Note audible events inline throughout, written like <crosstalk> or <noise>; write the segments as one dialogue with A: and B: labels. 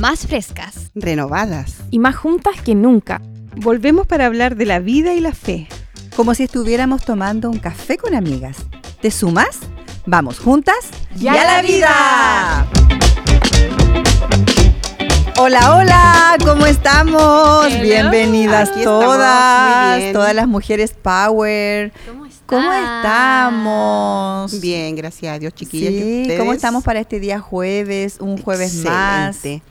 A: más frescas
B: renovadas,
C: y más juntas que nunca.
D: Volvemos para hablar de la vida y la fe.
B: como si estuviéramos tomando un café con amigas. ¿Te sumas? Vamos juntas
C: ¡Y a la vida!
B: Hola, hola, ¿cómo estamos?
A: Hello.
B: Bienvenidas
A: Aquí
D: estamos,
B: todas,
D: muy bien. Ah.
B: todas las mujeres power.
A: ¿Cómo estás?
B: ¿Cómo estamos?
D: Bien, gracias a Dios, chiquillas. ¿y
B: Sí,
D: ustedes?
B: ¿cómo estamos para este día jueves? Un jueves más.
D: Excelente.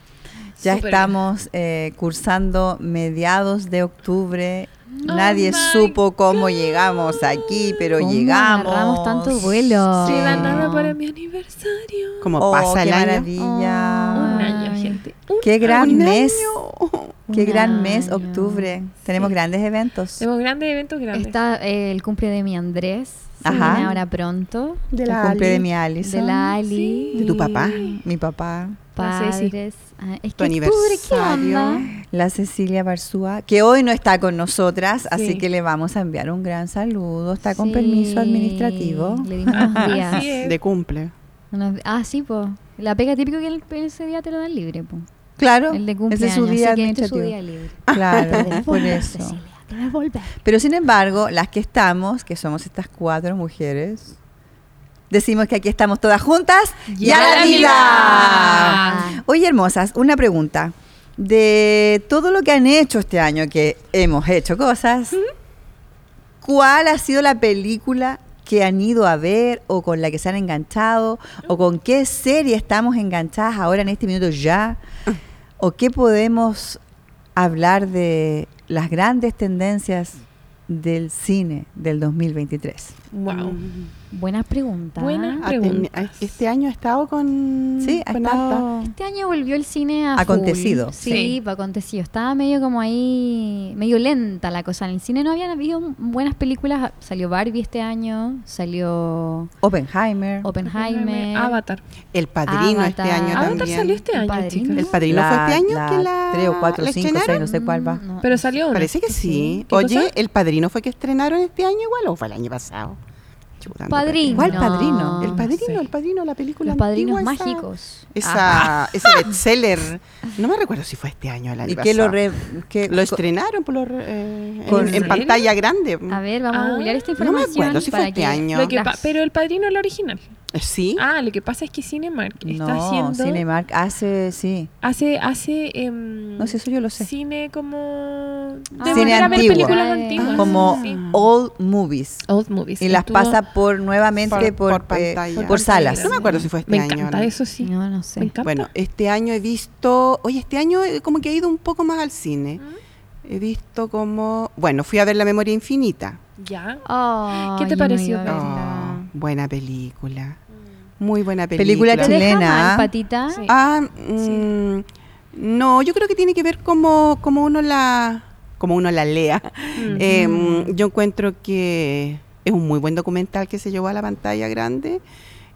B: Ya
A: Súper.
B: estamos eh, cursando mediados de octubre. Nadie supo cómo llegamos aquí, pero
C: ¿Cómo
B: llegamos.
C: agarramos tanto vuelo?
B: Sí.
C: Sí, la nana
A: para mi aniversario.
D: ¿Cómo
B: Oh,
D: pasa
B: qué
D: el año?
B: maravilla.
C: Oh,
A: Un año,
C: Ay.
A: gente.
B: Qué gran
D: Un
B: mes.
D: año.
B: Qué
C: Un
B: gran mes,
C: año.
B: octubre. Tenemos grandes eventos.
E: Tenemos grandes eventos grandes.
C: Está eh, el cumple de mi Andrés. se
B: Ajá.
C: viene ahora pronto.
B: el cumple de mi Alison.
C: De la Ali.
D: ¿De tu papá?
B: Mi papá.
E: La Ceci.
C: Padres. Ah, es
D: Tu
C: que octubre, ¿qué onda?
D: aniversario.
B: La Cecilia Barzúa, que hoy no está con nosotras, así
E: Sí.
B: que le vamos a enviar un gran saludo. Está con
C: Sí,
B: permiso administrativo. Ah,
C: Le dimos
B: <laughs>
C: unos días.
E: Así es.
D: De cumple.
C: Unos- ah, sí, po. La pega típico que el, ese día te lo dan libre, po.
B: Claro,
C: El de
B: ese
C: cumpleaños.
B: es su día
C: así que este es su
B: administrativo.
C: día libre.
B: Claro, <laughs>
C: Debes <laughs>
B: por
C: volver,
B: eso.
C: Cecilia, debes volver.
B: Pero sin embargo, las que estamos, que somos estas cuatro mujeres, decimos que aquí estamos todas juntas y, a la vida. Oye, hermosas, una pregunta. De todo lo que han hecho este año, que hemos hecho cosas, ¿cuál ha sido la película que han ido a ver o con la que se han enganchado o con qué serie estamos enganchadas ahora en este minuto ya? ¿O qué podemos hablar de las grandes tendencias del cine del 2023?
E: Wow.
D: Mm.
C: Buenas preguntas.
E: Buena.
D: Ha teni-
E: Preguntas.
D: Ah, Este año ha estado con.
B: Sí, ha
D: con harta-
B: estado-
C: Este año volvió el cine a full.
B: Acontecido.
C: Sí,
E: Sí.
C: pa- acontecido. Estaba medio como ahí, medio lenta la cosa. En el cine no habían habido buenas películas. Salió Barbie este año, soppenheimer
B: Oppenheimer.
C: Oppenheimer.
E: Avatar.
D: El padrino este
C: Avatar.
D: año
E: Avatar
D: también.
E: salió este
C: El
E: año,
C: padrino.
E: chicas.
D: El padrino
B: La-
D: fue este año
B: la
D: que la.
B: tres o cuatro,
D: la
B: cinco,
D: estrenaron?
B: seis, no sé cuál va.
C: No,
E: Pero salió una.
D: Parece que sí.
E: ¿Qué
D: Oye,
E: cosa?
D: el padrino fue que estrenaron este año igual o fue el año pasado. Chutando,
C: Padrino.
B: ¿Cuál padrino?
D: El
E: no
D: padrino,
E: sé.
D: el padrino, la película.
C: Los padrinos
D: antigua esa.
C: mágicos.
D: Esa, ese bestseller. No me recuerdo si fue este año o el año
B: ¿Y qué lo,
D: pasado.
B: re, qué-
D: Lo estrenaron por lo re- eh, en-
B: Con-
D: en,
E: ¿En
D: pantalla grande.
C: A ver, vamos a
E: Ah.
C: googlear esta
D: No me
C: información.
D: acuerdo si fue
C: para
D: este
C: que-
D: año.
E: Lo que
C: Las-
E: pa- pero el padrino es el original.
D: Eh, Sí.
E: Ah, lo que pasa es que Cinemark está
B: no,
E: haciendo.
B: Cinemark hace, sí.
E: Hace. hace em,
B: No sé, eso yo lo sé.
E: Cine como.
C: Ah.
E: de
B: Cine
E: volver a ver
B: antiguo.
E: películas
C: Ah.
E: antiguas.
B: Como
E: Sí.
B: old movies.
E: Old movies.
B: Ah. Y las
E: Estuvo-
B: pasa por nuevamente
D: Por-
B: por,
D: por
B: eh,
D: pantalla.
B: por
D: Por
B: salas.
D: No me acuerdo si fue este
E: Me
D: año,
E: encanta
D: ¿no?
E: eso, sí.
C: No, no
E: Me
C: sé.
E: encanta.
D: Bueno, este año he visto. Oye, este año eh, como que he ido un poco más al cine. He visto como. Bueno, fui a ver La Memoria Infinita.
E: Ya.
C: Oh,
E: ¿Qué te
C: yo no
E: pareció?
C: iba a verla.
D: Oh, buena película. Muy buena película.
B: Película
C: ¿Te
B: chilena.
C: deja mal, patita?
E: Sí.
D: Ah, mm, no, yo creo que tiene que ver como, como uno la como uno la lea.
E: Mm.
D: Eh, mm, yo encuentro que es un muy buen documental que se llevó a la pantalla grande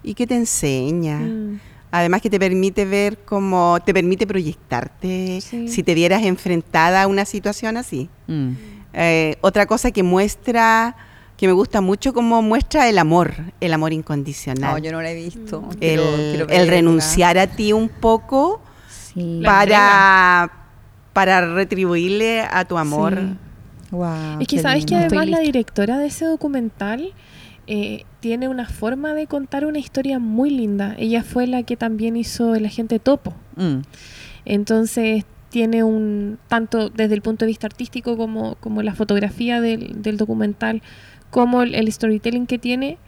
D: y que te enseña.
E: Mm.
D: Además que te permite ver cómo te permite proyectarte
E: Sí.
D: si te vieras enfrentada a una situación así.
B: Mm.
D: Eh, otra cosa que muestra que me gusta mucho como muestra el amor, el amor incondicional.
B: No, yo no la he visto.
D: el,
B: Quiero- quiero
D: el
B: verla.
D: renunciar a ti un poco
C: Sí.
E: La
D: para, para retribuirle a tu amor. Ah,
E: Sí.
B: Guau,
E: Es que
B: qué
E: sabes que
B: lindo.
C: Estoy
E: además la
C: lista.
E: directora de ese documental eh, tiene una forma de contar una historia muy linda. Ella fue la que también hizo El agente topo.
B: Mm.
E: Entonces tiene un, tanto desde el punto de vista artístico como, como la fotografía del, del documental, como el, el storytelling que tiene,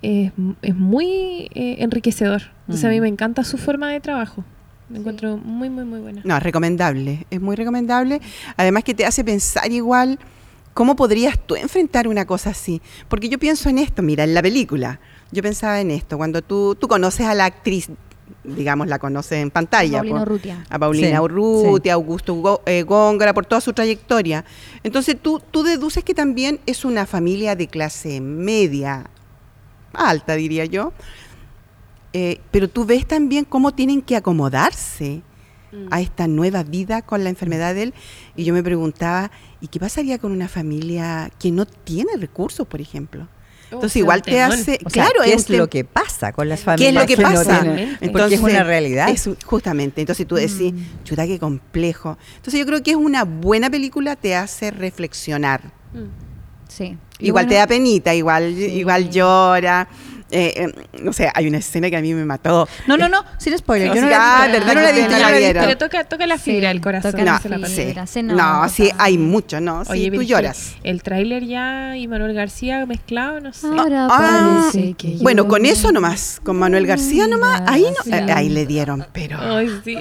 E: es, es muy eh, enriquecedor. Entonces a mí
B: Mm.
E: me encanta su forma de trabajo. Me encuentro muy, muy, muy buena.
D: No, es recomendable, es muy recomendable. Además que te hace pensar igual cómo podrías tú enfrentar una cosa así. Porque yo pienso en esto, mira, en la película. Yo pensaba en esto, cuando tú, tú conoces a la actriz, digamos, la conoces en pantalla. pues.
C: Paulino
D: po.
C: Rutia.
D: a Paulina
B: Sí,
D: Urrutia, Augusto Go- eh, Góngora, por toda su trayectoria. Entonces tú, tú deduces que también es una familia de clase media, alta diría yo, Eh, pero tú ves también cómo tienen que acomodarse a esta nueva vida con la enfermedad de él. Y yo me preguntaba, ¿y qué pasaría con una familia que no tiene recursos, por ejemplo?
E: Oh,
D: Entonces igual te hace,
B: O sea,
D: claro,
B: ¿qué
D: es
B: es lo que pasa con las
D: ¿Qué
B: familias?
D: es lo que
B: no
D: pasa?
B: tienen-
E: Totalmente.
B: porque es una realidad.
D: es un- justamente. Entonces tú decís, chuta, qué complejo. Entonces yo creo que es una buena película, te hace reflexionar.
C: Mm. Sí. Y
D: Igual te
C: bueno,
D: da penita, igual, igual llora. Eh, eh, no sé, hay una escena que a mí me mató.
B: No, no, no, sin spoiler.
D: Sí,
B: Yo no
D: ah,
B: la vi.
D: ¿verdad
B: Yo no la
D: que
B: vi.
D: ustedes
B: yo
D: no
B: no
D: la
B: la vi.
D: vieron?
E: Pero toca, toca la
C: Sí,
E: fibra del corazón.
C: toca
D: No,
C: la
E: se la
C: fibra.
E: pasé.
D: sí.
C: se
D: no,
C: nota.
D: sí, hay mucho, ¿no? Sí, tú
E: Virgil,
D: lloras.
E: El tráiler ya y Manuel García mezclado, no sé.
C: Ahora
D: Ah,
C: parece que yo-
D: Bueno, con eso nomás, con Manuel García nomás, ahí, no-
C: Sí.
D: eh, ahí le dieron, pero...
E: Ay,
C: <laughs>
E: sí.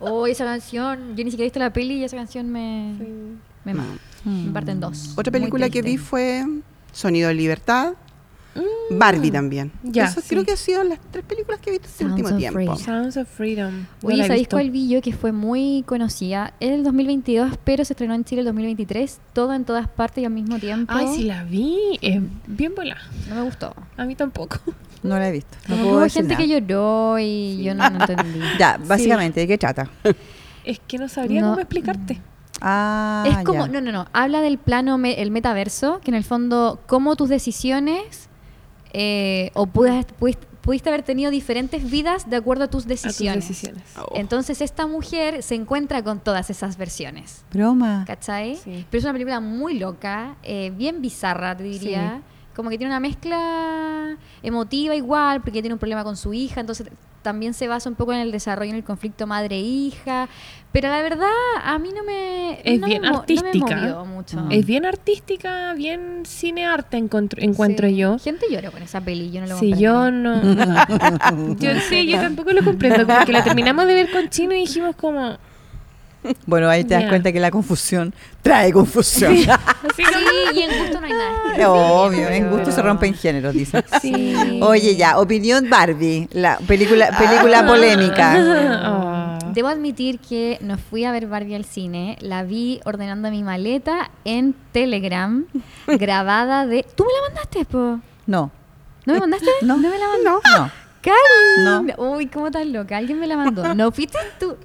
C: Oh, esa canción. Yo ni siquiera he visto la peli y esa canción me. Me
D: No.
C: mata. Me parten dos.
D: Otra
C: Muy
D: película que vi
C: triste. Mm.
D: fue Sonido de Libertad, Barbie también.
E: Ya,
D: Eso
E: sí.
D: creo que han sido las tres películas que he visto este
C: Sounds
D: último
C: of
D: tiempo.
C: Freedom.
E: Sounds of Freedom. No
C: Oye,
E: la he
C: ¿sabéis
E: visto.
C: cuál vi yo que fue muy conocida? Era el 2022, pero se estrenó en Chile el 2023. Todo en todas partes y al mismo tiempo.
E: Ay, sí la vi. Es bien bola.
C: No me gustó.
E: A mí tampoco.
B: No la he visto. No
C: Como que
B: puedo
C: hubo
B: decir
C: gente que
B: nada.
C: lloró y yo no, no entendí.
B: Ya, básicamente, ¿de qué trata?
E: Es que no sabría
C: No.
E: cómo explicarte.
B: Ah,
C: es como,
B: ya.
C: no, no, no. Habla del plano, me- el metaverso, que en el fondo, cómo tus decisiones eh, o pudas- pudis- pudiste, haber tenido diferentes vidas de acuerdo a tus
E: A tus
C: decisiones. Ah.
E: decisiones.
D: Oh.
C: Entonces, esta mujer se encuentra con todas esas versiones.
B: Broma.
C: ¿Cachai?
E: Sí.
C: Pero es una película muy loca, eh, bien bizarra, te diría. Como que tiene una mezcla emotiva igual, porque tiene un problema con su hija, entonces también se basa un poco en el desarrollo, en el conflicto madre-hija. Pero la verdad, a mí no me.
E: Es
C: no
E: bien
C: me mo-
E: artística.
C: No me movió mucho.
B: Mm.
E: Es bien artística, bien cinearte encontro, encuentro
C: Sí.
E: yo.
C: Gente lloró con esa peli, yo no lo
E: Sí,
C: comprendo.
E: yo
C: <laughs>
E: no. yo sí, yo tampoco lo comprendo. Porque la terminamos de ver con chino y dijimos como.
B: Bueno, ahí te
E: Ya.
B: das cuenta que la confusión trae <laughs> confusión.
E: Así como-
C: Sí, y en gusto no hay nada.
B: Obvio, en
C: pero-
B: gusto se rompen géneros, dicen.
C: <laughs>
E: Sí.
B: Oye, ya, opinión Barbie, la
C: Ah.
B: película, película polémica.
C: <laughs>
E: Ah.
C: Debo admitir que no fui a ver Barbie al cine, la vi ordenando mi maleta en Telegram, grabada de... ¿Tú me la mandaste, po?
B: No,
C: ¿No me mandaste?
B: no,
C: ¿No me la Ah. mandaste?
B: no, no.
C: ¡Cari! Uy, cómo tan loca. Alguien me la mandó. ¿No fuiste tú?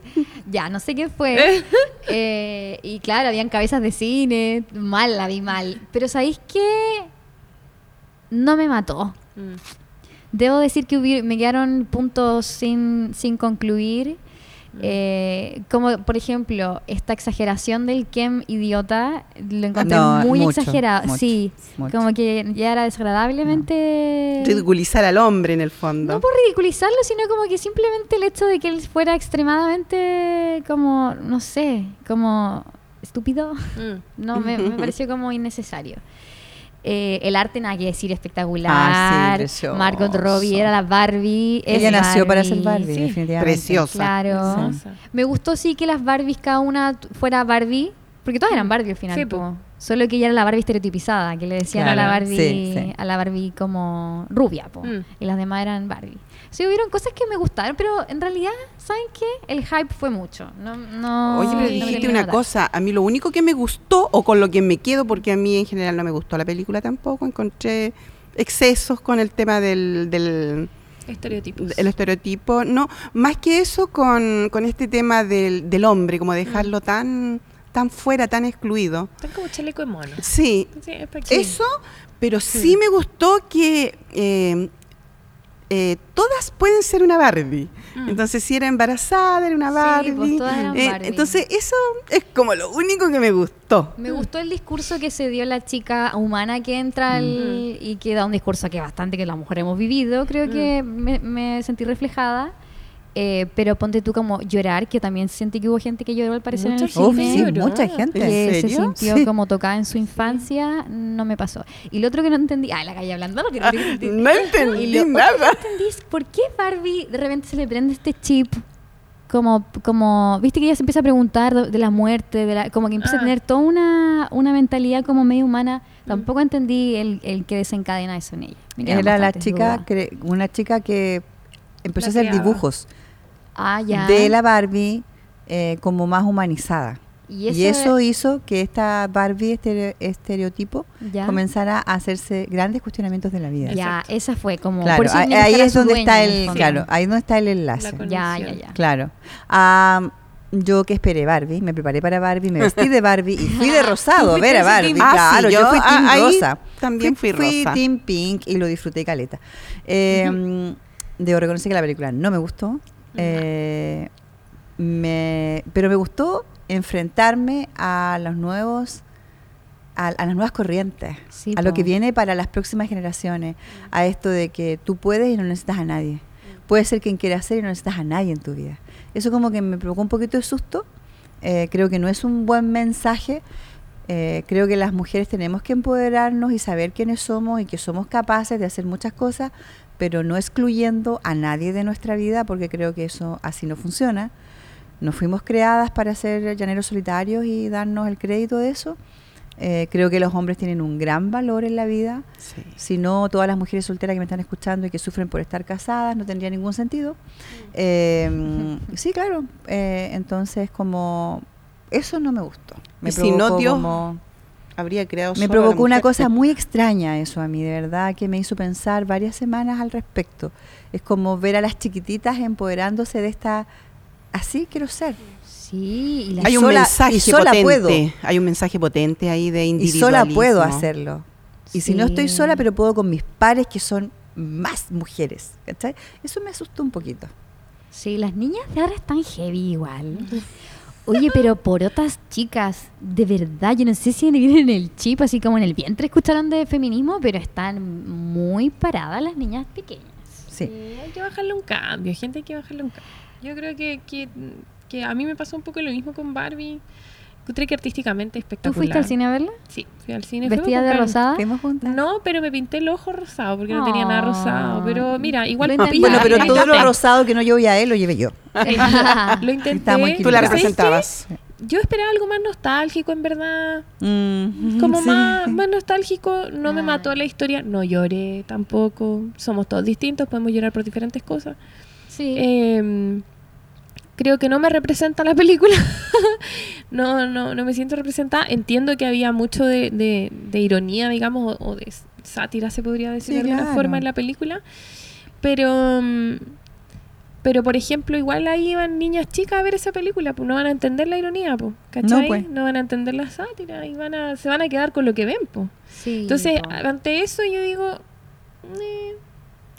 C: Ya, no sé qué fue. Eh, y claro, habían cabezas de cine. Mal, la vi mal. Pero ¿sabéis qué? No me mató.
E: Mm.
C: Debo decir que hubi- me quedaron puntos sin, sin concluir.
B: Mm.
C: Eh, como por ejemplo esta exageración del Kem idiota lo encontré
B: No,
C: muy
B: mucho,
C: exagerado
B: mucho,
C: sí
B: mucho.
C: como que ya era desagradablemente
D: Ridiculizar al hombre en el fondo.
C: no por ridiculizarlo sino como que simplemente el hecho de que él fuera extremadamente como no sé como estúpido <laughs>
E: Mm.
C: no, me,
B: <laughs>
C: me pareció como innecesario. Eh, el arte, nada que decir, espectacular.
B: Ah, sí, precioso.
C: Margot Robbie era la Barbie. es
B: Ella nació para ser
C: Barbie.
B: Barbie,
E: sí.
B: definitivamente.
D: Preciosa.
C: Claro.
E: Hermosa.
C: Me gustó sí que las Barbies, cada una t- fuera Barbie, porque todas eran Barbie al final.
E: Sí,
C: po.
E: po.
C: Solo que ella era la Barbie estereotipizada, que le decían a la
E: Claro,
C: Barbie,
B: sí, sí.
C: a la Barbie como rubia, po.
E: Mm.
C: y las demás eran Barbie. Sí, hubieron cosas que me gustaron, pero en realidad, ¿saben qué? El hype fue mucho. No, no,
D: Oye,
C: no me
D: pero
E: sí.
D: dijiste
C: terminó de
D: una
C: matar.
D: cosa, a mí lo único que me gustó o con lo que me quedo, porque a mí en general no me gustó la película tampoco, encontré excesos con el tema del, del
E: Estereotipos.
D: el estereotipo, no, más que eso con, con este tema del, del hombre, como
C: Mm.
D: dejarlo tan, tan fuera, tan excluido.
E: Están como chaleco de mono.
D: Sí,
E: Sí, es para que-
D: eso, pero sí me gustó que eh, eh, todas pueden ser una Barbie.
E: Mm.
D: Entonces, si era embarazada, era una
C: Sí,
D: Barbie.
C: pues, todas eran
D: Eh,
C: Barbie.
D: Entonces, eso es como lo único que me gustó.
C: <laughs> Me gustó el discurso que se dio la chica humana que entra al- y que da un discurso que bastante que la mujer hemos vivido. Creo que me, me sentí reflejada. Eh, pero ponte tú como llorar, que también sentí que hubo gente que lloró al parecer
E: Mucha
C: en el
E: gente
B: Uf,
C: cine.
B: Oh, sí,
E: lloró.
B: mucha gente.
D: ¿En
C: Que se
D: serio?
C: sintió
B: Sí.
C: como tocada en su infancia, no me pasó. Y lo otro que no entendí, ah, la calle hablando, lo que no entendí.
D: No entendí
C: Y lo
D: nada.
C: entendí es por qué Barbie de repente se le prende este chip. Como, como, viste que ella se empieza a preguntar do- de la muerte, de la, como que empieza
E: Ah.
C: a tener toda una, una mentalidad como medio humana.
B: Mm.
C: Tampoco entendí el, el que desencadena eso en ella. Me quedan
B: Era la
C: bastantes
B: chica,
C: dudas.
B: que- una chica que empezó a
E: La
B: hacer
E: creaba.
B: dibujos
C: ah, ya.
B: de la Barbie eh, como más humanizada.
C: y
B: Y
C: eso,
B: eso, hizo que esta Barbie estere- estereotipo
C: ya,
B: comenzara a hacerse grandes cuestionamientos de la vida.
C: ya,
E: Exacto.
C: esa fue como.
B: Claro,
C: por eso
B: ahí,
C: tenía que
B: ahí
C: estar a
B: es
C: su
B: donde
C: dueño
B: está
C: en
B: el,
C: fondo.
B: claro, ahí es donde está el
E: La
B: enlace.
E: conexión.
C: Ya, ya, ya.
B: Claro. Am, yo que esperé Barbie, me preparé para Barbie, me vestí de Barbie y
D: <laughs>
B: fui de rosado a ver a
D: ese
B: Barbie.
D: team- Ah, sí,
B: claro, yo,
D: yo
B: fui
D: a-
B: team
D: ahí
B: rosa.
D: también fui rosa.
B: team pink y lo disfruté caleta. Eh, Debo reconocer que la película no me gustó, eh, me- pero me gustó enfrentarme a los nuevos a, a las nuevas corrientes,
C: Sí,
B: a lo
C: po.
B: que viene para las próximas generaciones, a esto de que tú puedes y no necesitas a nadie. Puedes ser quien quieras ser y no necesitas a nadie en tu vida. Eso como que me provocó un poquito de susto. Eh, creo que no es un buen mensaje. Eh, creo que las mujeres tenemos que empoderarnos y saber quiénes somos y que somos capaces de hacer muchas cosas, pero no excluyendo a nadie de nuestra vida, porque creo que eso así no funciona. No fuimos creadas para ser llaneros solitarios y darnos el crédito de eso. Eh, creo que los hombres tienen un gran valor en la vida.
D: Sí.
B: Si no, todas las mujeres solteras que me están escuchando y que sufren por estar casadas no tendría ningún sentido.
C: este.
B: Eh, sí, claro. Eh, entonces, como eso no me gustó. Me
D: Y si no,
B: provocó
D: Dios
B: como-
D: Habría creado
B: me provocó una cosa muy extraña eso a mí, de verdad, que me hizo pensar varias semanas al respecto. Es como ver a las chiquititas empoderándose de esta... Así quiero ser.
C: Sí, y la
D: Hay un
B: sola-
D: mensaje
B: y sola
D: potente.
B: puedo.
D: Hay un mensaje potente ahí de
B: Y
D: individualismo.
B: sola puedo hacerlo. Y si no estoy
C: Sí.
B: sola, pero puedo con mis pares que son más mujeres. ¿cachai? Eso me asustó un poquito.
C: Sí, las niñas de ahora están heavy igual. Oye, pero por otras chicas, de verdad, yo no sé si vienen en el chip, así como en el vientre, escucharon de feminismo, pero están muy paradas las niñas pequeñas.
B: Sí.
E: Eh, hay que bajarle un cambio, gente, hay que bajarle un cambio. Yo creo que, que, que a mí me pasó un poco lo mismo con Barbie. Encontré que artísticamente es
C: ¿Tú
E: espectacular.
C: fuiste al cine a verla?
E: Sí, fui al cine.
C: ¿Vestida
E: Fuimos
C: de
E: con-
C: rosada?
B: Fuimos juntas.
E: No, pero me pinté el ojo rosado porque no tenía nada
C: Ah.
E: rosado. Pero mira, igual
C: Lo
E: me
C: intenté.
E: pinté.
B: Bueno, pero
C: Ay,
B: todo lo
C: no.
B: rosado que no yo a él lo llevé yo.
C: <laughs>
E: Lo intenté.
B: Estamos aquí.
D: Tú la
E: ¿Sabes qué?
D: representabas.
E: Yo esperaba algo más nostálgico, en verdad.
B: Mm,
E: Como
B: sí.
E: más, más nostálgico, no me
C: Ah.
E: mató la historia. No lloré tampoco. Somos todos distintos, podemos llorar por diferentes cosas.
C: sí.
E: Eh, creo que no me representa la película. <laughs> no, no, no me siento representada. Entiendo que había mucho de, de- de ironía, digamos, o, o de s- sátira, se podría decir
B: Sí,
E: de alguna
B: claro.
E: forma en la película. Pero, mm, pero por ejemplo, igual ahí van niñas chicas a ver esa película, pues no van a entender la ironía, pues, ¿cachai? No,
B: pues.
E: van a entender la sátira y van a, se van a quedar con lo que ven, pues.
C: sí,
E: Entonces, ah,
C: po.
E: ante eso yo digo, eh,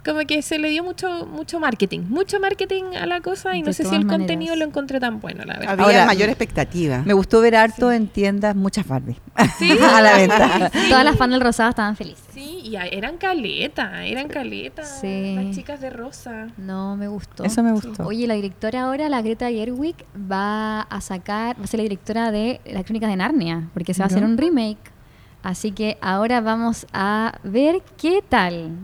E: como que se le dio mucho mucho marketing, mucho marketing a la cosa y no
C: De
E: sé si
C: todas
E: el
C: maneras.
E: contenido lo encontré tan bueno, la verdad.
D: Había
B: Ahora-
D: mayor expectativa.
B: Me gustó ver harto en tiendas muchas Barbie.
C: <laughs>
E: Sí.
B: <laughs> a la venta.
C: Todas las fans del rosado estaban felices.
E: Sí, y a- eran caletas, eran caletas
C: Sí.
E: las chicas de rosa.
C: No, me gustó.
B: Eso me gustó.
C: Oye, la directora ahora, la Greta Gerwig, va a sacar, va a ser la directora de La Crónica de Narnia, porque se va a hacer
B: Ya.
C: un remake. Así que ahora vamos a ver qué tal.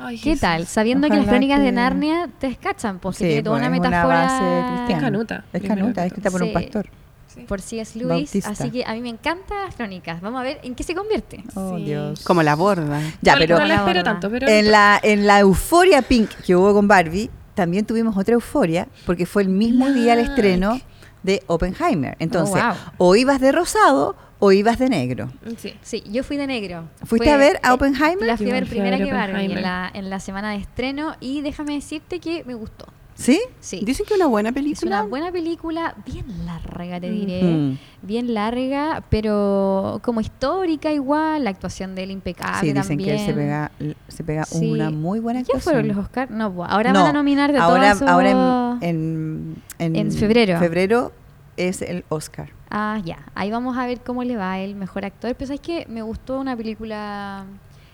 E: Ay,
C: ¿Qué
E: Jesús.
C: tal? Sabiendo que las
B: Ojalá
C: crónicas
B: que-
C: de Narnia te escachan, porque
B: Sí,
C: tiene toda
B: pues,
C: una
B: es una
C: metáfora.
B: base
E: Es
B: cristiana.
E: canuta.
B: Es
E: primero
B: canuta,
E: que
B: es que está
E: todo.
B: por un
C: Sí.
B: pastor.
E: Sí.
C: por C.S. Lewis,
B: Bautista.
C: así que a mí me encantan las crónicas. Vamos a ver en qué se convierte.
B: Oh,
E: Sí.
B: Dios.
D: Como la borda.
B: Ya,
E: No-
B: pero
E: no la
C: La
E: espero
C: verdad.
E: tanto, pero
B: en la, en la euforia pink que hubo con Barbie, también tuvimos otra euforia, porque fue el mismo día el
E: Like.
B: estreno de Oppenheimer. Entonces,
C: Oh, wow.
B: o ibas de rosado o ibas de negro.
E: Mm, Sí.
C: Sí, yo fui de negro.
B: ¿Fuiste a ver a Oppenheimer?
C: eh, La fui
E: Yo
C: a ver
E: fui a
C: primera
E: ver
C: que Barbie en
E: Oppenheimer.
C: la, en la semana de estreno y déjame decirte que me gustó.
B: ¿Sí?
C: Sí.
D: Dicen que es una buena
C: Es una
D: película.
C: buena película, bien larga te
E: Mm.
C: diré,
B: Mm.
C: bien larga, pero como histórica igual, la actuación de él impecable
B: sí, dicen
C: ah, también.
B: que él se pega, se pega
C: Sí.
B: una muy buena
C: ¿Ya
B: actuación.
C: fueron los Oscars? No, pues, ahora
B: No,
C: van a nominar de
B: ahora,
C: todos
B: ahora
C: esos-
B: en, en,
C: En febrero.
B: Febrero es el Oscar.
C: Ah, ya. Ahí vamos a ver cómo le va el mejor actor. Pero sabes que me gustó una película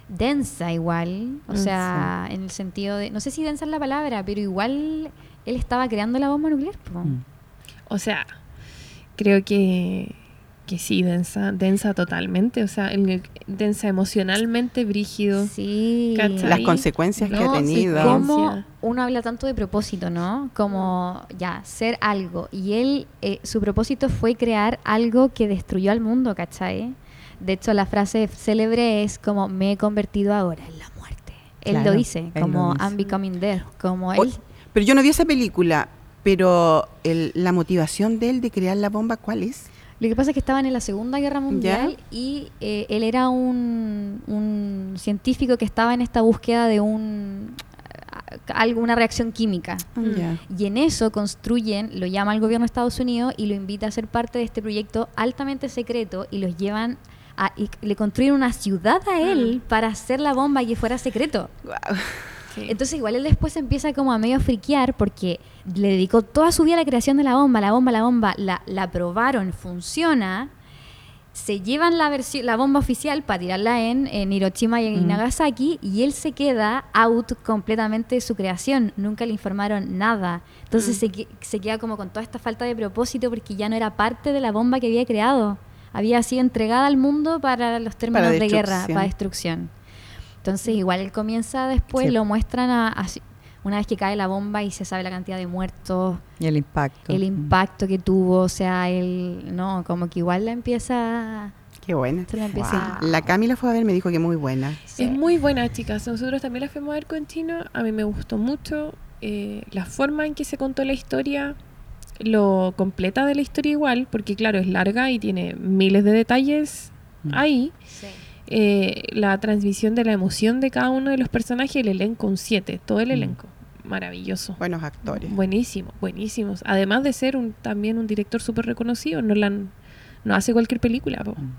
C: densa igual. O
E: Mm,
C: sea, en el sentido de. No sé si densa es la palabra, pero igual él estaba creando la bomba nuclear. po.
B: Mm.
E: O sea, creo que, que sí, densa, densa totalmente. O sea, el- densa emocionalmente, brígido.
C: Sí.
E: Cacha.
D: Las
E: ahí.
D: consecuencias que ha
E: No, sí,
D: tenido.
E: ¿cómo?
C: Cómo
E: Ciencia.
C: uno habla tanto de propósito, ¿no? Como ya, ser algo. Y él, eh, su propósito fue crear algo que destruyó al mundo, ¿cachai? De hecho, la frase célebre es como, me he convertido ahora en la muerte. Él
B: Claro,
C: lo dice,
B: él
C: como,
B: lo dice.
C: I'm becoming dead. Como
D: Oy,
C: él.
D: pero yo no vi esa película, pero el- la motivación de él de crear la bomba, ¿cuál es?
C: Lo que pasa es que estaban en la Segunda Guerra Mundial y eh, él era un, un científico que estaba en esta búsqueda de un alguna reacción química.
D: Ah, Ya.
C: Y en eso construyen, lo llama el gobierno de Estados Unidos y lo invita a ser parte de este proyecto altamente secreto y los llevan a, y le construyen una ciudad a él para hacer la bomba y que fuera secreto.
D: Guau.
C: Entonces igual él después empieza como a medio friquear porque le dedicó toda su vida a la creación de la bomba, la bomba, la bomba, la, la probaron, funciona, se llevan la, versi- la bomba oficial para tirarla en, en Hiroshima y en Nagasaki y él se queda out completamente de su creación, nunca le informaron nada. Entonces se, que- se queda como con toda esta falta de propósito porque ya no era parte de la bomba que había creado, había sido entregada al mundo para los términos de guerra,
D: destrucción.
C: para destrucción. Entonces, igual él comienza después,
B: Sí.
C: lo muestran a- así- una vez que cae la bomba y se sabe la cantidad de muertos,
B: Y el impacto.
C: el impacto que tuvo, o sea, él, no, como que igual la empieza,
D: Qué buena.
C: se la empieza
D: Sí,
C: a-
D: La Camila fue a ver, me dijo que muy buena.
C: sí.
E: Es muy buena, chicas. Nosotros también la fuimos a ver con Chino. A mí me gustó mucho eh, la forma en que se contó la historia, lo completa de la historia igual, porque claro, es larga y tiene miles de detalles ahí. Eh, la transmisión de la emoción de cada uno de los personajes, el elenco, un 7, todo el elenco. Maravilloso.
D: Buenos actores.
E: Buenísimo, buenísimos. Además de ser un, también un director súper reconocido, no, la, no hace cualquier película. po.
B: Mm.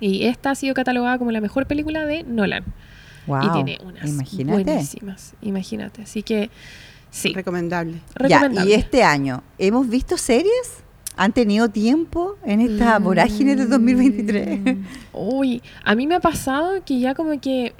E: Y esta ha sido catalogada como la mejor película de Nolan.
B: Wow.
E: Y tiene unas
B: Imagínate.
E: buenísimas, imagínate. Así que sí,
D: Recomendable.
B: Ya,
E: recomendable.
B: y este año, ¿hemos visto series? ¿Han tenido tiempo en esta
C: Mm.
E: Mm.
B: vorágine de 2023?
E: Uy, a mí me ha pasado que ya como que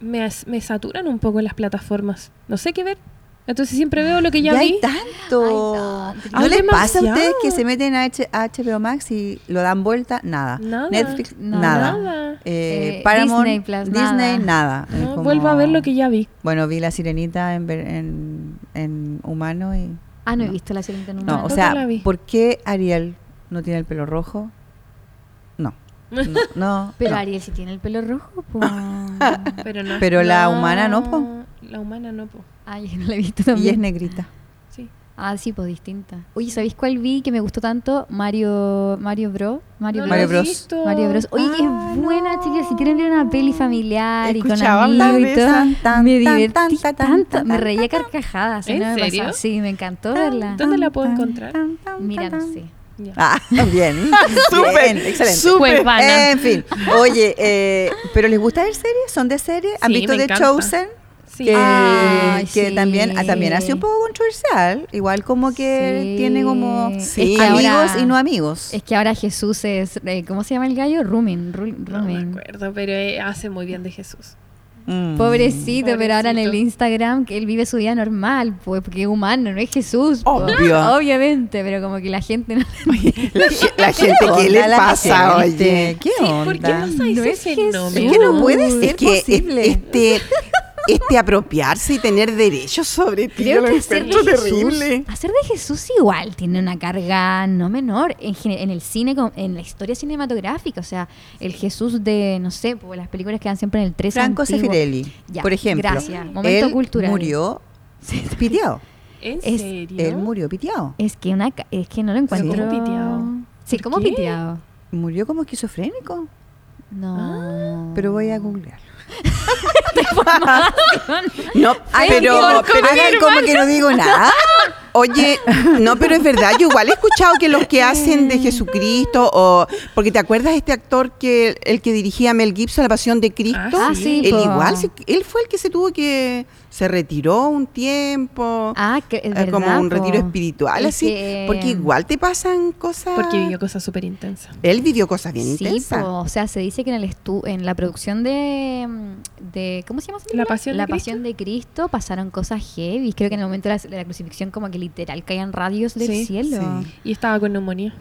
E: me, as- me saturan un poco las plataformas. No sé qué ver. Entonces siempre veo lo que ya,
B: Ya
E: vi.
B: hay tanto.
C: Ay,
B: ¿No
E: Hay
B: les pasa a
E: demasiado.
B: ustedes que se meten a H- a HBO Max y lo dan vuelta? Nada.
E: Nada.
B: Netflix,
C: Nada.
B: nada.
E: Nada.
B: Eh,
C: Eh,
B: Paramount,
C: Disney
B: Disney,
C: Plus,
B: nada. Es
E: No,
B: como-
E: Vuelvo a ver lo que ya vi.
B: Bueno, vi La Sirenita en, ver- en, en humano y...
C: Ah, no he visto la siguiente
B: No,
C: número.
B: o
E: Tampoco la
B: sea,
E: vi.
B: ¿por qué Ariel no tiene el pelo rojo?
E: <laughs>
B: No. No, no,
C: Pero
B: no.
C: Ariel si tiene el pelo rojo,
B: <laughs>
C: po. Ah,
E: Pero, <laughs> no-
B: Pero la humana no, po.
E: La humana no, po.
C: Ay, yo no la he visto
B: Y es
C: también.
B: negrita.
E: Sí.
C: Ah, sí, pues distinta. Oye, ¿sabéis cuál vi que me gustó tanto? Mario, Mario Bro. Mario Bros.
E: No la he
B: Mario Bros.
E: visto.
C: Mario Bros. Oye, que
B: Ah,
C: es buena, chicas. Si quieren ver una peli familiar y con
D: Escuchaba hablar
C: amigos
D: de
C: y todo,
D: esa.
C: me
B: Tan,
C: divertí
B: tan, tan, tan,
C: tanto.
B: tan,
C: me
B: tan,
C: reía
B: tan,
C: carcajadas.
E: ¿En
C: no me pasaba.
E: serio?
C: Sí, me encantó verla.
E: ¿Dónde la puedo encontrar?
C: Mira, no sé.
E: Ya.
B: Ah, <laughs>
C: <laughs>
B: bien.
D: Súper,
B: bien, excelente.
D: súper.
E: Cuevana.
B: En fin, oye, eh, ¿pero les gusta ver series? ¿Son de serie? ¿Han
E: Sí,
B: visto
E: me
B: The
E: encanta.
B: Chosen?
E: Sí. Ah,
B: Que,
C: Ay,
B: que
C: sí.
B: también, ah, también ha sido un poco controversial, igual como que
C: Sí.
B: tiene como
D: Sí.
B: amigos
C: ahora-
B: y no amigos.
C: Es que ahora Jesús es. eh, ¿Cómo se llama el gallo? Rumin. Ru-
E: No me
C: Rumin.
E: acuerdo, pero eh, hace muy bien de Jesús.
B: Mm.
C: Pobrecito, pero ahora en el
E: Pobrecito.
C: Instagram que él vive su vida normal, pues, porque es humano, no es Jesús. po.
D: Obvio.
C: <laughs> Obviamente, pero como que la gente no.
D: La, ge- la gente que
B: onda
D: le
B: la
D: pasa,
B: gente?
D: oye.
B: ¿Qué
E: Sí, ¿Por qué
B: onda?
E: pasa
C: No
E: ese
C: es Jesús.
E: fenómeno?
B: Es que no puede
C: Es
B: ser
D: que
B: posible.
D: e- este, este apropiarse y tener derechos sobre ti, yo
C: Creo
D: lo
C: que hacer de,
D: encuentro
C: Jesús,
D: terrible.
C: hacer de Jesús igual tiene una carga no menor en, gene- en el cine, con- en la historia cinematográfica. O sea, el Jesús de, no sé, pues, las películas que dan siempre en el 13
B: Franco
C: antiguo.
B: Sefirelli,
C: Ya,
B: por ejemplo,
C: gracias. Momento
B: él
C: cultural. <laughs>
B: murió piteado.
E: ¿En
C: Es-
E: serio?
B: Él murió piteado.
C: Es que, una, ca- es que no lo encuentro.
E: ¿cómo piteado?
C: Sí,
E: ¿Por
C: como
E: qué?
C: piteado.
B: Murió como esquizofrénico.
C: No.
E: Ah,
B: Pero
C: <laughs>
B: voy a googlear.
D: No,
B: Hagan
D: pero,
B: como-
D: pero-
B: hagan como que
E: <laughs>
B: no digo nada.
D: oye, no, pero es verdad, yo igual he escuchado que los que hacen de Jesucristo o porque te acuerdas de este actor que el que dirigía Mel Gibson La Pasión de Cristo,
E: Ah,
C: Ah,
E: sí,
C: sí,
D: él
C: po.
D: igual se- él fue el que se tuvo que se retiró un tiempo.
C: Ah, que, es
D: eh, como
C: verdad,
D: un retiro
C: po.
D: espiritual,
C: Es
D: así,
C: que-
D: porque igual te pasan cosas.
E: Porque vivió cosas súper intensas.
D: Él vivió cosas bien
C: Sí,
D: intensas.
C: po, o sea, se dice que en el estu- en la producción de, mm, de- ¿cómo se llama? esa
E: La
C: película?
E: Pasión de
C: la
E: Cristo.
C: pasión de Cristo pasaron cosas heavy. Creo que en el momento de la, de la crucifixión como que literal caían radios del
E: Sí,
C: cielo.
B: sí.
E: Y estaba con neumonía.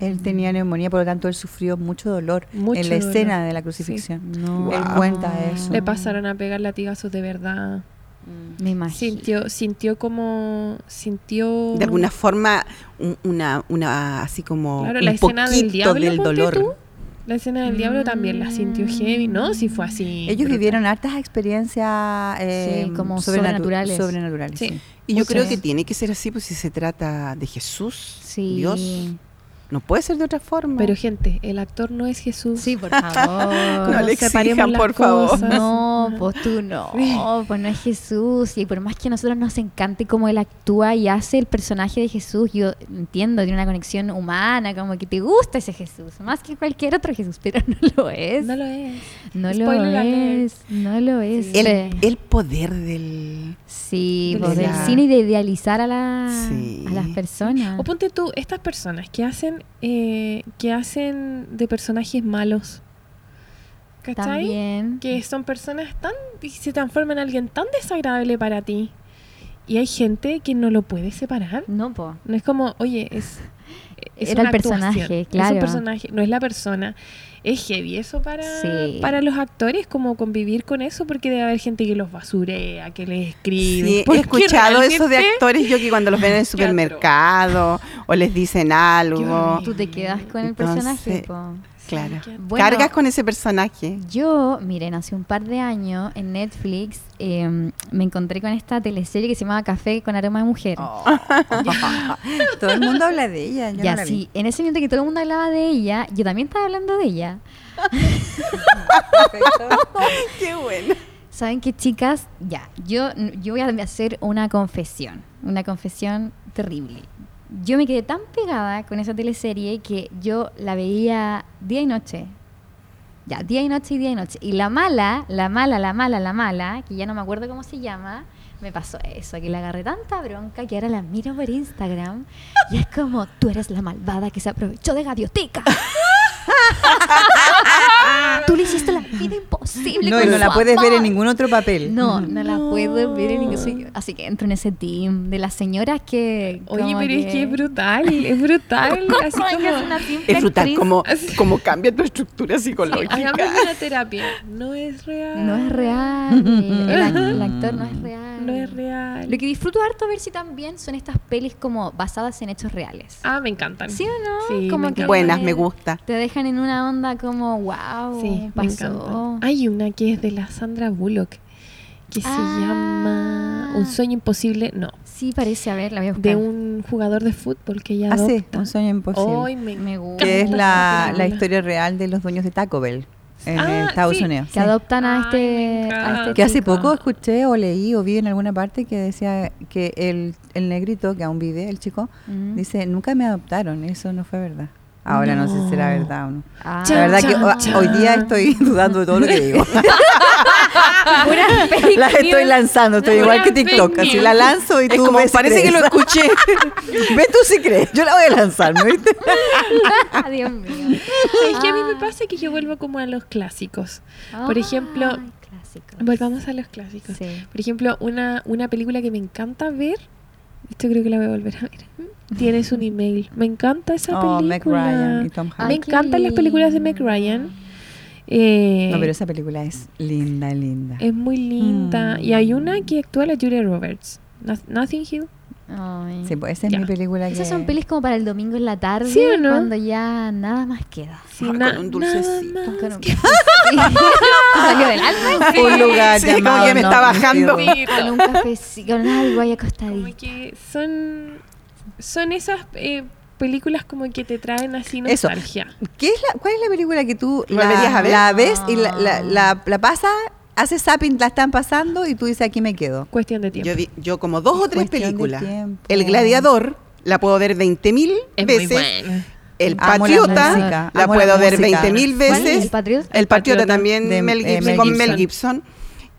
B: Él tenía neumonía, por lo tanto él sufrió mucho dolor
E: Mucho
B: en la
E: dolor.
B: escena de la crucifixión.
C: No.
B: Él cuenta eso.
D: Ah.
E: Le pasaron a pegar latigazos de verdad.
C: Mm. Me imagino.
E: Sintió, sintió como. Sintió.
D: De alguna forma, un- una, una así como
E: Claro,
D: un
E: la escena del
D: poquito
E: diablo.
D: del
E: ponte
D: dolor. Mm.
E: tú. La escena del diablo también la sintió heavy, ¿no? Si fue así.
B: Ellos
E: brutal.
B: vieron hartas experiencias eh,
C: Sí, como
B: sobrenatu-
C: sobrenaturales.
B: sobrenaturales,
E: Sí.
B: sí.
D: Y yo
E: Muchas.
D: creo que tiene que ser así, pues si se trata de Jesús,
C: Sí.
D: Dios. No puede ser de otra forma.
E: Pero gente, el actor no es Jesús.
C: Sí, por favor.
D: No le
E: Separemos
D: exijan,
E: las
D: por favor.
E: cosas. <laughs>
C: No, pues tú no, pues no es Jesús. Y por más que a nosotros nos encante cómo él actúa y hace el personaje de Jesús, yo entiendo, tiene una conexión humana, como que te gusta ese Jesús, más que cualquier otro Jesús, pero no lo es.
E: No lo es.
C: No lo
E: Spoiler alert.
C: es, no lo es.
D: el,
C: Sí.
D: el poder del...
C: sí,
E: de
C: pues, del
D: la-
C: cine y de idealizar a, la-
D: Sí.
C: a las personas.
E: O ponte tú, estas personas que hacen, eh, que hacen de personajes malos. ¿Cachai?
C: También.
E: Que son personas tan. y se transforman en alguien tan desagradable para ti. Y hay gente que no lo puede separar.
C: No, po.
E: No es como, oye, es. es
C: Era
E: una
C: el personaje,
E: actuación, Es
C: claro.
E: un personaje, no es la persona. Es heavy eso para,
C: Sí.
E: para los actores, como convivir con eso, porque debe haber gente que los basurea, que les escribe.
D: Sí, he
E: porque
D: escuchado eso de
E: realmente-
D: actores, yo que cuando los ven en el
E: Qué atroz.
D: supermercado o les dicen algo.
C: Tú te quedas con el
D: Entonces,
C: personaje, po.
D: Claro.
E: Sí, qué
C: Bueno.
D: Cargas con ese personaje.
C: Yo, miren, hace un par de años en Netflix eh, me encontré con esta teleserie que se llamaba Café con aroma de mujer.
B: <laughs> Todo el mundo habla de ella. Oh, Yo
C: ya,
B: no la vi.
C: sí, en ese momento que todo el mundo hablaba de ella, yo también estaba hablando de ella.
B: <laughs>
D: Qué bueno.
C: ¿Saben qué, chicas? Ya, yo, yo voy a hacer una confesión, una confesión terrible. Yo me quedé tan pegada con esa teleserie que yo la veía día y noche. Ya, día y noche y día y noche. Y la mala, la mala, la mala, la mala, que ya no me acuerdo cómo se llama, me pasó eso, que le agarré tanta bronca que ahora la miro por Instagram y es como, tú eres la malvada que se aprovechó de
B: <laughs>
C: Gaviotica. tú le hiciste la vida imposible.
B: No, y
C: con
B: no
C: su
B: la puedes ver en
C: amor".
B: ningún otro papel.
C: No, no la puedo ver en ningún
E: No.
C: sitio. Así que entro en ese team de las señoras que.
E: Oye,
C: como
E: pero es que
C: <laughs>
E: es brutal, es brutal. así
C: Ay, que
E: como-
C: es una simple
D: Es brutal
C: actriz.
D: como, como cambia tu estructura psicológica.
E: Hagamos una terapia. No es real.
C: No es real. El, act- el actor no es real.
E: No es real.
C: Lo que disfruto harto ver si también son estas pelis como basadas en hechos reales.
E: Ah, me encantan.
C: ¿Sí o no?
E: Sí,
C: Como
E: me
C: que-
D: Buenas, me gusta.
C: Te dejan en una onda como, wow,
E: Sí, me
C: Oh, pasó.
E: encantan. Hay una que es de la Sandra Bullock que
C: Ah.
E: se llama Un sueño imposible, no,
C: Sí, parece, a ver, la voy a buscar.
E: de un jugador de fútbol que ya
B: Ah, sí,
E: adopta.
B: un sueño imposible.
E: Ay, me
C: Me gusta.
B: que es
E: encanta
B: la,
E: esa
B: la
E: película. <laughs>
B: historia real de los dueños de Taco Bell en
E: Ah,
B: Estados
E: sí.
B: Unidos.
C: Que
B: sí.
C: adoptan a
E: Ay, me
C: este. a este
E: encanta.
B: Que hace
C: chico.
B: poco escuché o leí o vi en alguna parte que decía que el, el negrito que aún vive, el chico,
C: Mm.
B: dice, nunca me adoptaron, eso no fue verdad. Ahora no, sé si será
E: No.
B: verdad o no.
C: Ah.
E: Chan,
B: La verdad que
E: chan,
B: ho-
E: chan.
B: hoy
C: <laughs>
B: día estoy <laughs> dudando de todo lo que digo.
C: Ah,
B: <laughs>
C: Puras fake
B: Las estoy
C: news.
B: lanzando, estoy igual que
E: Pura
B: TikTok.
E: fake
B: Así la lanzo y
D: Es
B: tú
D: como,
B: ves si
D: parece que
B: crees.
D: lo escuché.
B: <laughs> Ve tú si crees, yo la voy a lanzar, ¿no viste?
C: Ah, Dios mío.
E: Es que a mí me
C: Ah.
E: pasa que yo vuelvo como a los clásicos. Por ejemplo,
C: Ay, clásicos.
E: Volvamos a los clásicos.
C: Sí.
E: Por ejemplo, una, una película que me encanta ver, esto creo que la voy a volver a
B: <laughs>
E: ver. Tienes un email. Me encanta esa
B: Oh, Meg
E: película.
B: Ryan y Tom
E: Me
C: Ay,
B: Hanks.
C: qué
E: encantan las películas de Meg
C: lindo.
E: Ryan. Eh,
B: No, pero esa película es linda, linda.
E: Es muy linda. Y hay una que actúa la Julia Roberts. No- Nothing Hill.
C: Ay.
B: Sí, pues esa es
E: Ya.
B: mi película
C: Esas
B: que-
C: son pelis como para el domingo en la tarde,
E: ¿Sí o no?
C: cuando ya nada más
E: <laughs>
C: queda.
E: Sí,
D: Con
E: na-
D: un dulcecito.
E: nada más
C: Con un-
E: <laughs> que-
C: <laughs> Salió del alma.
B: Un lugar
D: Sí, como
B: llamado
D: que me está
B: Notting
D: bajando.
B: Hill.
C: Con Ah, un cafecito, con algo ahí acostadito.
E: Como que son, son esas eh, películas como que te traen así
B: Eso.
E: nostalgia.
B: ¿Qué es la, ¿Cuál es la película que tú
D: ¿Volverías
B: la,
D: a ver? Ah.
B: la ves y la, la, la, la pasas, haces zapping, la están pasando y tú dices aquí me quedo?
E: Cuestión de tiempo.
D: Yo, vi- yo como dos o tres
B: Cuestión de
D: películas.
B: tiempo.
D: El Gladiador, la puedo ver 20.000
E: es muy
D: veces.
E: buena.
D: El
B: Amo la
D: Patriota,
B: música,
D: la,
B: amo la
D: puedo ver
B: música.
D: 20.000
C: ¿Cuál?
D: veces.
C: ¿El Patriota?
D: El Patriota
E: Patriota.
D: también,
B: De,
D: Mel
B: eh,
D: Gibson,
B: Mel
D: con Mel
B: Gibson.
D: Gibson.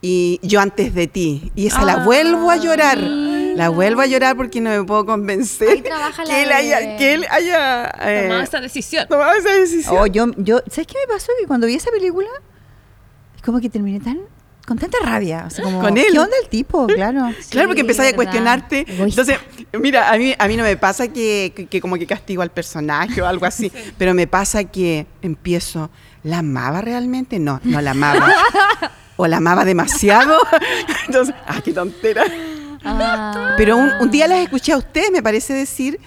D: Y Yo antes de ti. Y esa la
E: Ah.
D: vuelvo a llorar. La vuelvo a llorar porque no me puedo
C: Ahí
D: convencer
C: trabaja la
D: que él haya,
C: de-
D: que él haya eh,
E: Tomaba esa decisión.
D: tomado esa decisión.
B: Oh, yo, yo, ¿Sabes qué me pasó? Que cuando vi esa película, es como que terminé tan con tanta rabia.
D: <gasps>
B: O sea, como,
D: Con él.
B: ¿Qué onda el tipo?
D: <laughs>
B: Claro.
D: Claro, porque empezás a
C: ¿verdad?
D: cuestionarte.
C: Egoísta.
D: Entonces, mira, a mí, a mí no me pasa que, que- que como que castigo al personaje o algo
B: <laughs>
D: así, pero me pasa que empiezo, ¿la amaba realmente? No, no la amaba. o la amaba demasiado.
B: <laughs>
D: Entonces, ¡ah, qué tontera!
C: Ah.
D: Pero un, un día las escuché a ustedes, me parece decir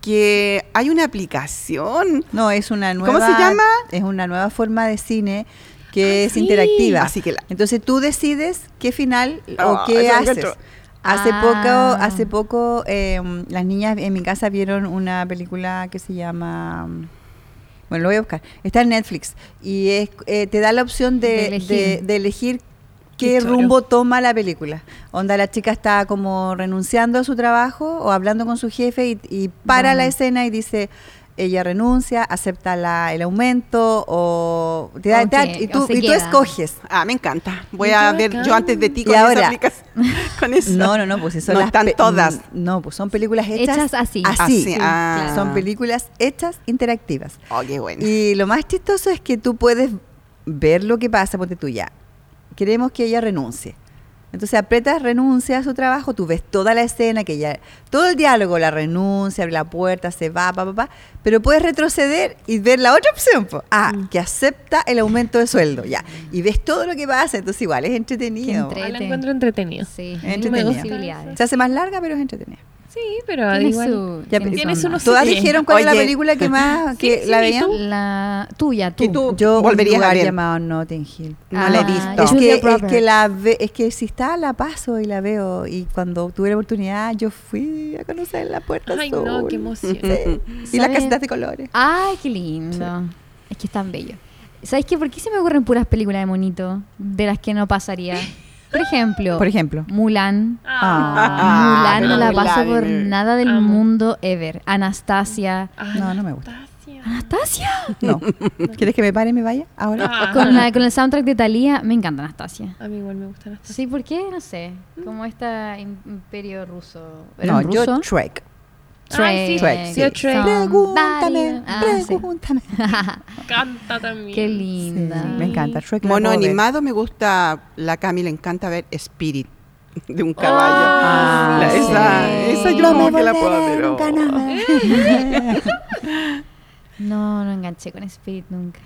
D: que hay una aplicación.
B: No, es una nueva.
D: ¿Cómo se llama?
B: Es una nueva forma de cine que
E: Ah,
B: es
E: sí.
B: interactiva.
D: Así que la-
B: Entonces tú decides qué final o
D: Ah,
B: qué
D: eso me
B: haces.
D: encantó.
B: Hace
C: Ah.
B: poco, hace poco eh, las niñas en mi casa vieron una película que se llama... Bueno, lo voy a buscar. Está en Netflix y es- eh, te da la opción de,
C: De
B: de- de
C: elegir.
B: elegir. qué
E: Qué choro.
B: rumbo toma la película. Onda, la chica está como renunciando a su trabajo o hablando con su jefe y, y para la
C: Bueno.
B: escena y dice... Ella renuncia, acepta la- el aumento o te da,
C: O
B: te da-
C: que-
B: y tú,
C: o se
B: y tú
C: queda.
B: escoges.
D: Ah, me encanta. Voy
E: Qué
D: a ver
E: bacán.
D: yo antes de ti
B: Y
D: con, esa
B: ahora-
D: aplicación- con eso.
B: No, no, no, pues si son
D: No
B: las
D: están
B: pe-
D: todas.
B: No, pues son películas hechas,
C: Hechas así.
B: Así.
D: Así, ah.
B: Son películas hechas interactivas.
D: Oh, qué bueno.
B: Y lo más chistoso es que tú puedes ver lo que pasa, ponte tú ya. Queremos que ella renuncie. Entonces apretas, renuncia a su trabajo, tú ves toda la escena, que ella, todo el diálogo, la renuncia, abre la puerta, se va, pa, pa, pa, pero puedes retroceder y ver la otra opción. po. Ah, que acepta el aumento de sueldo, ya. Y ves todo lo que pasa, entonces igual es entretenido.
C: Qué
E: Ah, la
C: Entrete.
E: encuentro entretenida.
C: Sí,
B: Entretenida.
C: muchas posibilidades.
B: Se hace más larga, pero es entretenida.
E: Sí, pero
C: Tiene
E: igual.
C: su-
B: Ya,
C: tiene
E: tienes
C: su onda.
E: unos-
B: Todas
E: Sí.
B: dijeron cuál es la
D: Oye.
B: película que más que
E: sí,
B: la
E: ¿y
B: veían.
E: tú?
C: La tuya, tú.
D: ¿Y tú?
B: Yo
D: Volverías
B: un
D: a
B: lugar
D: ver.
B: llamado Notting Hill.
D: No la he
C: Ah,
D: visto.
B: Es
C: Julia
B: que, es
C: Roberts.
B: que la ve- es que si está la paso y la veo y cuando tuve la oportunidad yo fui a conocer la puerta
E: Ay,
B: azul.
E: no, qué emoción.
B: y las
C: ¿Sabe?
B: casitas de colores.
C: Ay, qué lindo. Es que es tan bello. ¿Sabes qué? ¿Por qué se me ocurren puras películas de monito de las que no pasaría? Por ejemplo,
B: Por ejemplo.
C: Mulan.
B: Ah.
D: Ah,
C: Mulan no
D: pero
C: la paso
D: Mulan,
C: por
D: eh.
C: nada del
E: Amo.
C: mundo ever. Anastasia.
B: No, no me gusta.
C: Ah,
E: Anastasia.
C: ¿Anastasia?
B: No. ¿Quieres que me pare y me vaya ahora?
E: Ah.
C: Con, la- con el soundtrack de Thalía, me encanta Anastasia.
E: A mí igual me gusta Anastasia.
C: Sí, ¿por qué? No sé.
E: Mm.
C: Como este imperio ruso. ¿Era
B: no,
C: en
B: yo
C: ruso? Eh,
B: Trek.
E: Ay, sí,
B: Trek,
E: yo
B: sí.
E: Trek.
B: Pregúntame,
C: Ah, sí.
B: pregúntame.
E: Canta también.
C: Qué
B: Sí,
C: linda.
B: me encanta Trek. la
D: Mono
B: puedo ver.
D: animado me gusta, la Cami le encanta ver Spirit <laughs> de un caballo.
E: Ah,
D: La-
C: sí.
D: esa, esa yo
B: No
D: como
B: me
D: que la
B: volveré
D: puedo ver.
B: nunca
D: oh.
B: nada.
C: No, no enganché con Spirit nunca.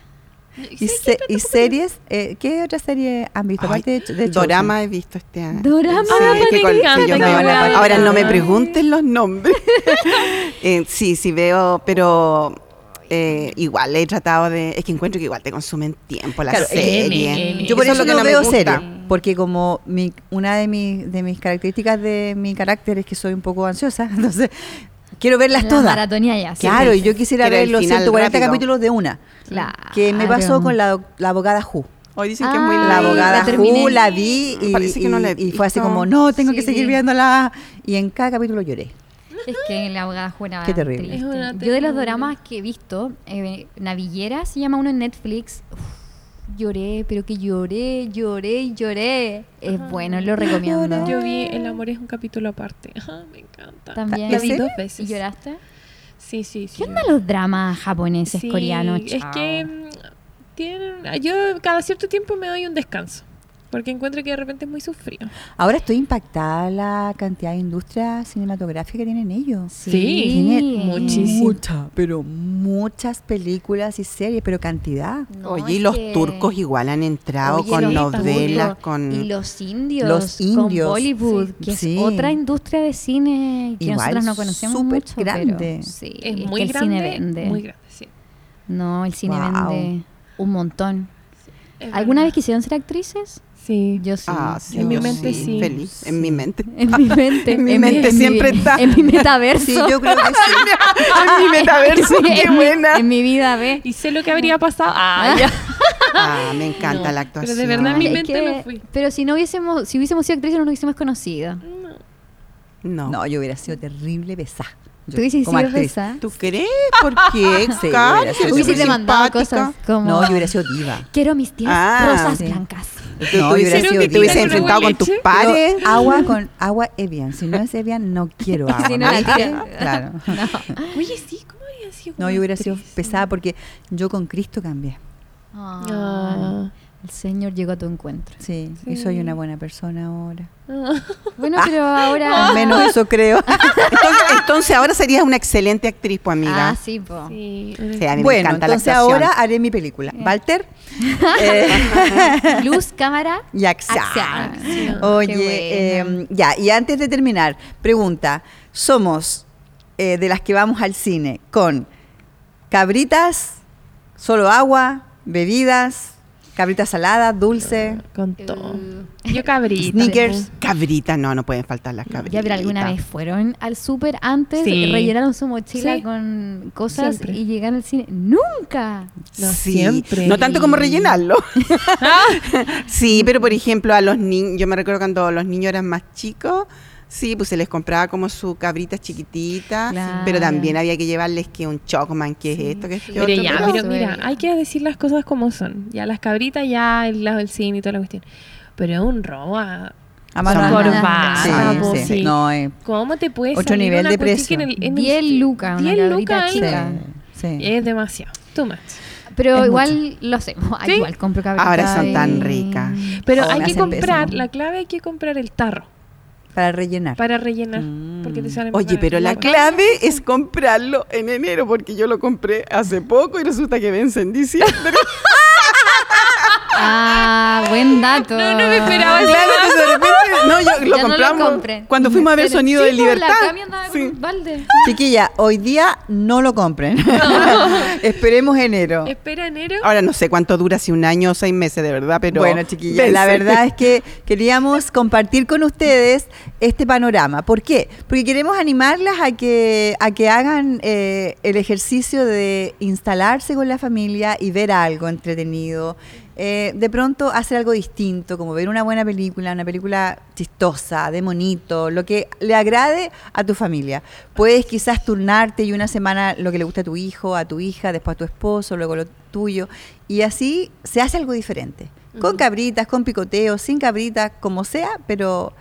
B: ¿Y, se- y series? eh, ¿Qué otra serie han visto?
D: Ay,
B: Aparte de, de Chosen.
D: Dorama he visto este año.
C: Dorama.
D: Sí, es que con-
E: encanta
D: sí, yo
E: que
D: veo la-
E: Dorama.
D: ahora no me pregunten los nombres. <laughs> Eh, sí, sí veo, pero eh, igual he tratado de. Es que encuentro que igual te consumen tiempo las
B: Claro, es que-
D: series.
E: N,
B: Yo por
D: Eso
B: eso,
D: es lo que
B: no,
D: no me
B: veo
D: gusta.
B: series, porque como mi, una de mis, de mis características de mi carácter es que soy un poco ansiosa, <laughs> entonces quiero verlas
C: La
B: todas.
C: maratonía ya. sí.
B: Claro, y yo quisiera
D: Quiero
B: ver
D: el
B: los
D: final
B: 140
D: rápido.
B: capítulos de una,
C: Claro.
B: que me pasó con la, doc- la abogada Ju.
D: Hoy dicen que es muy
C: Ah,
B: La
D: larga.
B: abogada
C: la terminé.
B: Ju la vi
D: Ah,
B: y,
D: Parece que
B: y-
D: no la he
B: y fue así
D: visto.
B: como, no, tengo que
C: Sí,
B: seguir
C: sí.
B: viéndola. Y en cada capítulo lloré.
C: Es que la abogada juega
B: Qué terrible.
E: Es una
C: Yo de los
E: ternura.
C: dramas que he visto, eh, Navillera se llama uno en Netflix. Uf, lloré, pero que lloré, lloré, lloré. Es bueno, lo recomiendo.
E: Yo vi El amor es un capítulo aparte. Ajá, me encanta.
C: También.
E: La vi
B: ¿En
E: dos
B: serio?
E: veces.
C: ¿Y lloraste?
E: Sí, sí, sí.
C: ¿Qué onda los dramas japoneses,
E: Sí,
C: coreanos?
E: Es
C: Chao.
E: que mm, tienen, yo cada cierto tiempo me doy un descanso. Porque encuentro que de repente es muy sufrido.
B: Ahora estoy impactada la cantidad de industria cinematográfica que tienen ellos.
E: Sí,
B: tiene
E: muchísimo.
B: Muchas, pero muchas películas y series,
C: <laughs>
B: pero cantidad.
C: No,
D: Oye, y
C: es
D: los
C: que-
D: turcos igual han entrado
C: Oye,
D: con
C: los
D: novelas,
C: turcos
D: con.
C: Y los indios.
B: Los indios,
C: Con Bollywood,
B: sí.
C: que es
B: Sí.
C: otra industria de cine que
B: Igual,
C: nosotros no conocemos
B: súper
C: mucho. pero
B: grande.
C: sí,
E: Es
C: que
E: muy
C: el
E: grande.
C: cine vende.
E: Muy grande, sí.
C: No, el cine
B: Wow.
C: vende un montón.
E: Es
C: ¿Alguna vez
E: verdad.
C: quisieron ser actrices?
E: Sí.
C: Yo sí.
D: Ah, sí,
E: En mi
D: yo
E: mente
D: sí,
E: sí.
D: Feliz, en
C: <laughs>
D: mi mente.
C: En
D: <laughs>
C: mi mente.
D: En mi mente siempre está. <laughs>
C: En mi metaverso.
B: Sí, yo creo que sí.
C: <laughs>
D: en mi metaverso,
C: En mi-
D: qué
C: en mi-
D: buena.
C: En mi vida, ve.
E: Y sé lo que habría pasado. Ah, ya.
D: Ah, me encanta
E: No,
D: la
E: pero de
D: actuación.
E: verdad En mi
C: Es
E: mente
C: que-
E: no fui.
C: Pero si no hubiésemos, si hubiésemos sido actrices, no nos hubiésemos conocido.
D: No.
B: No, yo hubiera sido terrible besá. Yo,
C: Tú hubieses
B: como
C: sido
B: actriz.
C: esa.
D: ¿Tú crees? ¿Por
B: <laughs>
D: qué?
B: Sí,
D: Cari?
B: hubiera sido
D: Eres
B: yo
C: Hubiese
D: súper
C: demandado
D: simpática.
C: cosas como.
B: No, yo hubiera sido diva.
C: Quiero mis tías
D: Ah,
C: rosas
B: sí.
C: blancas.
B: No, yo
D: te
B: hubiera
D: hubieses-
B: sido
E: que
D: te
E: diga
D: hubieses
E: que no
D: enfrentado
E: huele
D: con tus
E: leche.
D: pares.
B: Pero agua con agua Evian. Si no es Evian, no quiero
C: <laughs>
B: agua.
C: Si no,
B: ¿me
C: la
B: viste?
C: tía- <laughs>
B: Claro.
E: Oye, sí, ¿cómo habría sido?
B: No,
E: como
B: yo hubiera sido
E: actriz?
B: pesada porque yo con Cristo cambié.
C: Ah,
E: Ah.
C: El Señor llegó a tu encuentro.
B: Sí, y
E: Sí.
B: soy una buena persona ahora.
C: Bueno, pero ahora.
B: Ah. <laughs> Al menos eso creo.
D: Entonces, entonces ahora serías una excelente actriz, pues, amiga.
C: Ah, sí, po.
E: Sí.
D: Sí, a mí me
B: Bueno,
D: encanta la
B: entonces
D: actuación.
B: ahora haré mi película. Walter. eh,
C: <laughs> Luz, cámara.
B: Y acción.
C: Acción.
B: Oye,
C: Qué buena.
B: eh, ya, y antes de terminar, pregunta, somos eh, de las que vamos al cine con cabritas, solo agua, bebidas, Cabrita salada, dulce.
E: Con todo.
C: Uh.
B: <laughs>
E: Yo cabrita.
B: Sneakers.
D: Cabritas, no, no pueden faltar las cabritas.
C: Ya, pero alguna vez fueron al súper antes,
E: Sí.
C: rellenaron su mochila
E: Sí.
C: con cosas
E: Siempre.
C: y llegaron al cine. ¡Nunca!
E: No,
D: Sí,
E: siempre.
D: No tanto como rellenarlo. sí, pero por ejemplo, a los niños, yo me recuerdo cuando los niños eran más chicos, sí, pues se les compraba como su cabrita chiquitita,
C: Claro.
D: pero también había que llevarles que un chocman, que es esto, que es
E: Pero ya,
C: pero-
E: pero mira, hay que decir las cosas como son. Ya las cabritas, ya el lado del cine y toda la cuestión. Pero es un robo a-
B: A
D: Son
B: armada.
E: corbata,
B: Sí,
E: po,
B: sí.
E: sí.
B: No, eh,
E: ¿Cómo te puede
B: Otro
E: salir
B: nivel
E: una
B: de
E: cuestión
B: precio.
E: que en el- en el-
C: 10 lucas, una
E: 10
C: cabrita
E: lucas,
B: sí,
C: chica.
B: sí.
E: Es demasiado. Too much.
C: Pero
B: Es
C: igual lo hacemos. Ah,
E: Sí.
C: Igual compro cabrita
D: Ahora son
C: de-
D: tan ricas.
E: Pero
B: Oh,
E: hay
B: me
E: que
B: hacen
E: comprar,
B: pésimo.
E: la clave hay que comprar el tarro
B: Para rellenar.
E: para rellenar.
B: Mm.
E: Porque te sale más
D: Oye,
E: barato.
D: pero la
E: Bueno,
D: clave es comprarlo en enero, porque yo lo compré hace poco y resulta que vence en diciembre.
C: Ah, buen dato.
E: No, no me esperaba
D: claro,
E: eso.
D: entonces de repente, no, yo, lo
C: Ya no
D: compramos
C: compren.
D: cuando fuimos a ver
C: Pero
D: Sonido
C: sí,
D: de
C: pues,
D: Libertad.
C: La Cami andaba con
D: Sí.
C: un balde.
B: Chiquilla, hoy día no lo compren. <laughs> Esperemos
E: <laughs>
B: enero.
E: Espera enero.
D: Ahora no sé cuánto dura, si un año o seis meses, de verdad, pero.
B: bueno, chiquilla,
D: vence.
B: la verdad es que queríamos compartir con ustedes este panorama. ¿Por qué? Porque queremos animarlas a que, a que hagan eh, el ejercicio de instalarse con la familia y ver algo entretenido. Eh, de pronto hacer algo distinto, como ver una buena película, una película chistosa, de monito, lo que le agrade a tu familia. Puedes quizás turnarte y una semana lo que le gusta a tu hijo, a tu hija, después a tu esposo, luego lo tuyo. Y así se hace algo diferente. Con cabritas, con picoteos, sin cabritas, como sea, pero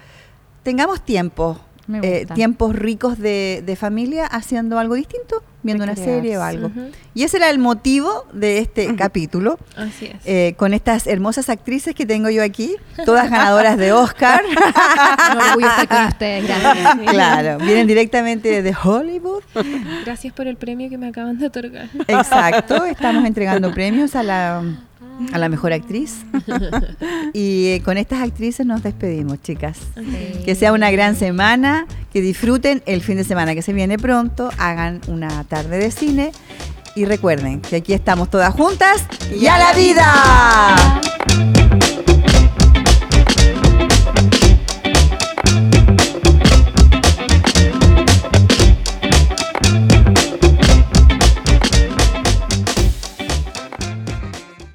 B: tengamos tiempo.
C: Me
B: eh,
C: gusta.
B: tiempos ricos de, de familia haciendo algo distinto, viendo una
D: Recrearse.
B: serie o algo.
E: Ujú.
B: Y ese era el motivo de este capítulo,
E: Así es.
B: eh, con estas hermosas actrices que tengo yo aquí, todas ganadoras de Oscar.
C: <laughs> Un orgullo estar
B: <laughs>
C: con ustedes.
D: <laughs>
C: Gracias.
B: claro, vienen directamente de Hollywood.
E: Gracias por el premio que me acaban de otorgar.
B: Exacto, estamos entregando premios a la, a la mejor actriz. Y eh, con estas actrices nos despedimos, chicas. Que sea una gran semana, que disfruten el fin de semana que se viene pronto, hagan una tarde de cine
C: Ah.
B: y recuerden que aquí estamos todas juntas y a la vida.